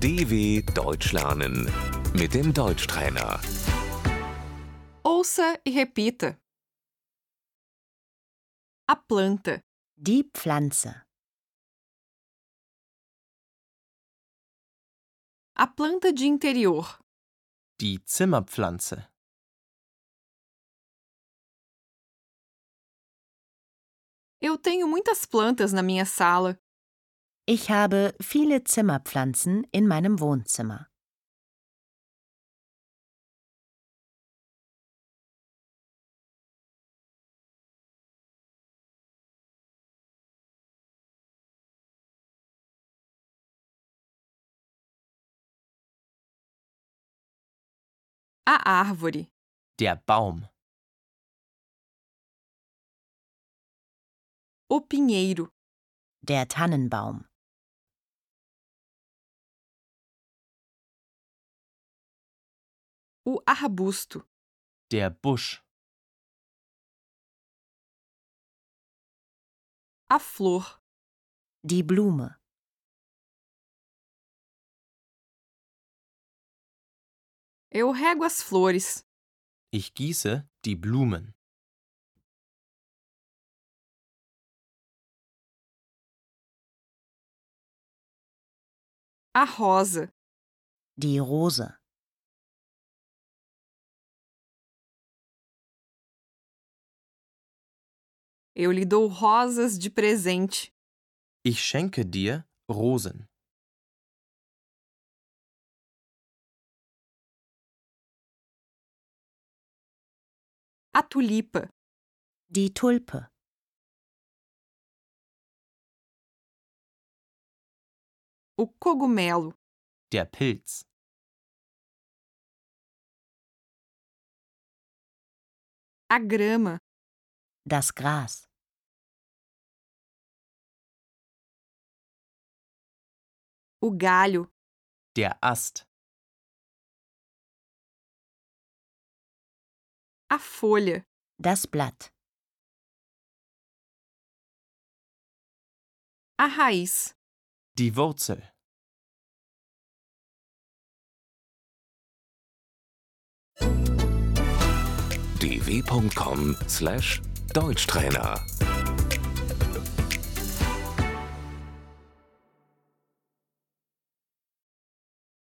DW Deutsch lernen mit dem Deutschtrainer. Ouça e repita. A planta, Die Pflanze. a planta de interior, Die Zimmerpflanze. Eu tenho muitas plantas na minha sala. Ich habe viele Zimmerpflanzen in meinem Wohnzimmer. A árvore, Der Baum. o pinheiro, Der Tannenbaum. o arbusto, Der Busch. a flor, Die Blume. eu rego as flores, Ich gieße die Blumen. a rosa, Die Rose. eu lhe dou rosas de presente. Ich schenke dir Rosen. A tulipa, Die Tulpe. o cogumelo, Der Pilz. a grama, Das Gras. o galho, Der Ast. a folha, Das Blatt. a raiz, Die Wurzel. dw.com/deutschtrainer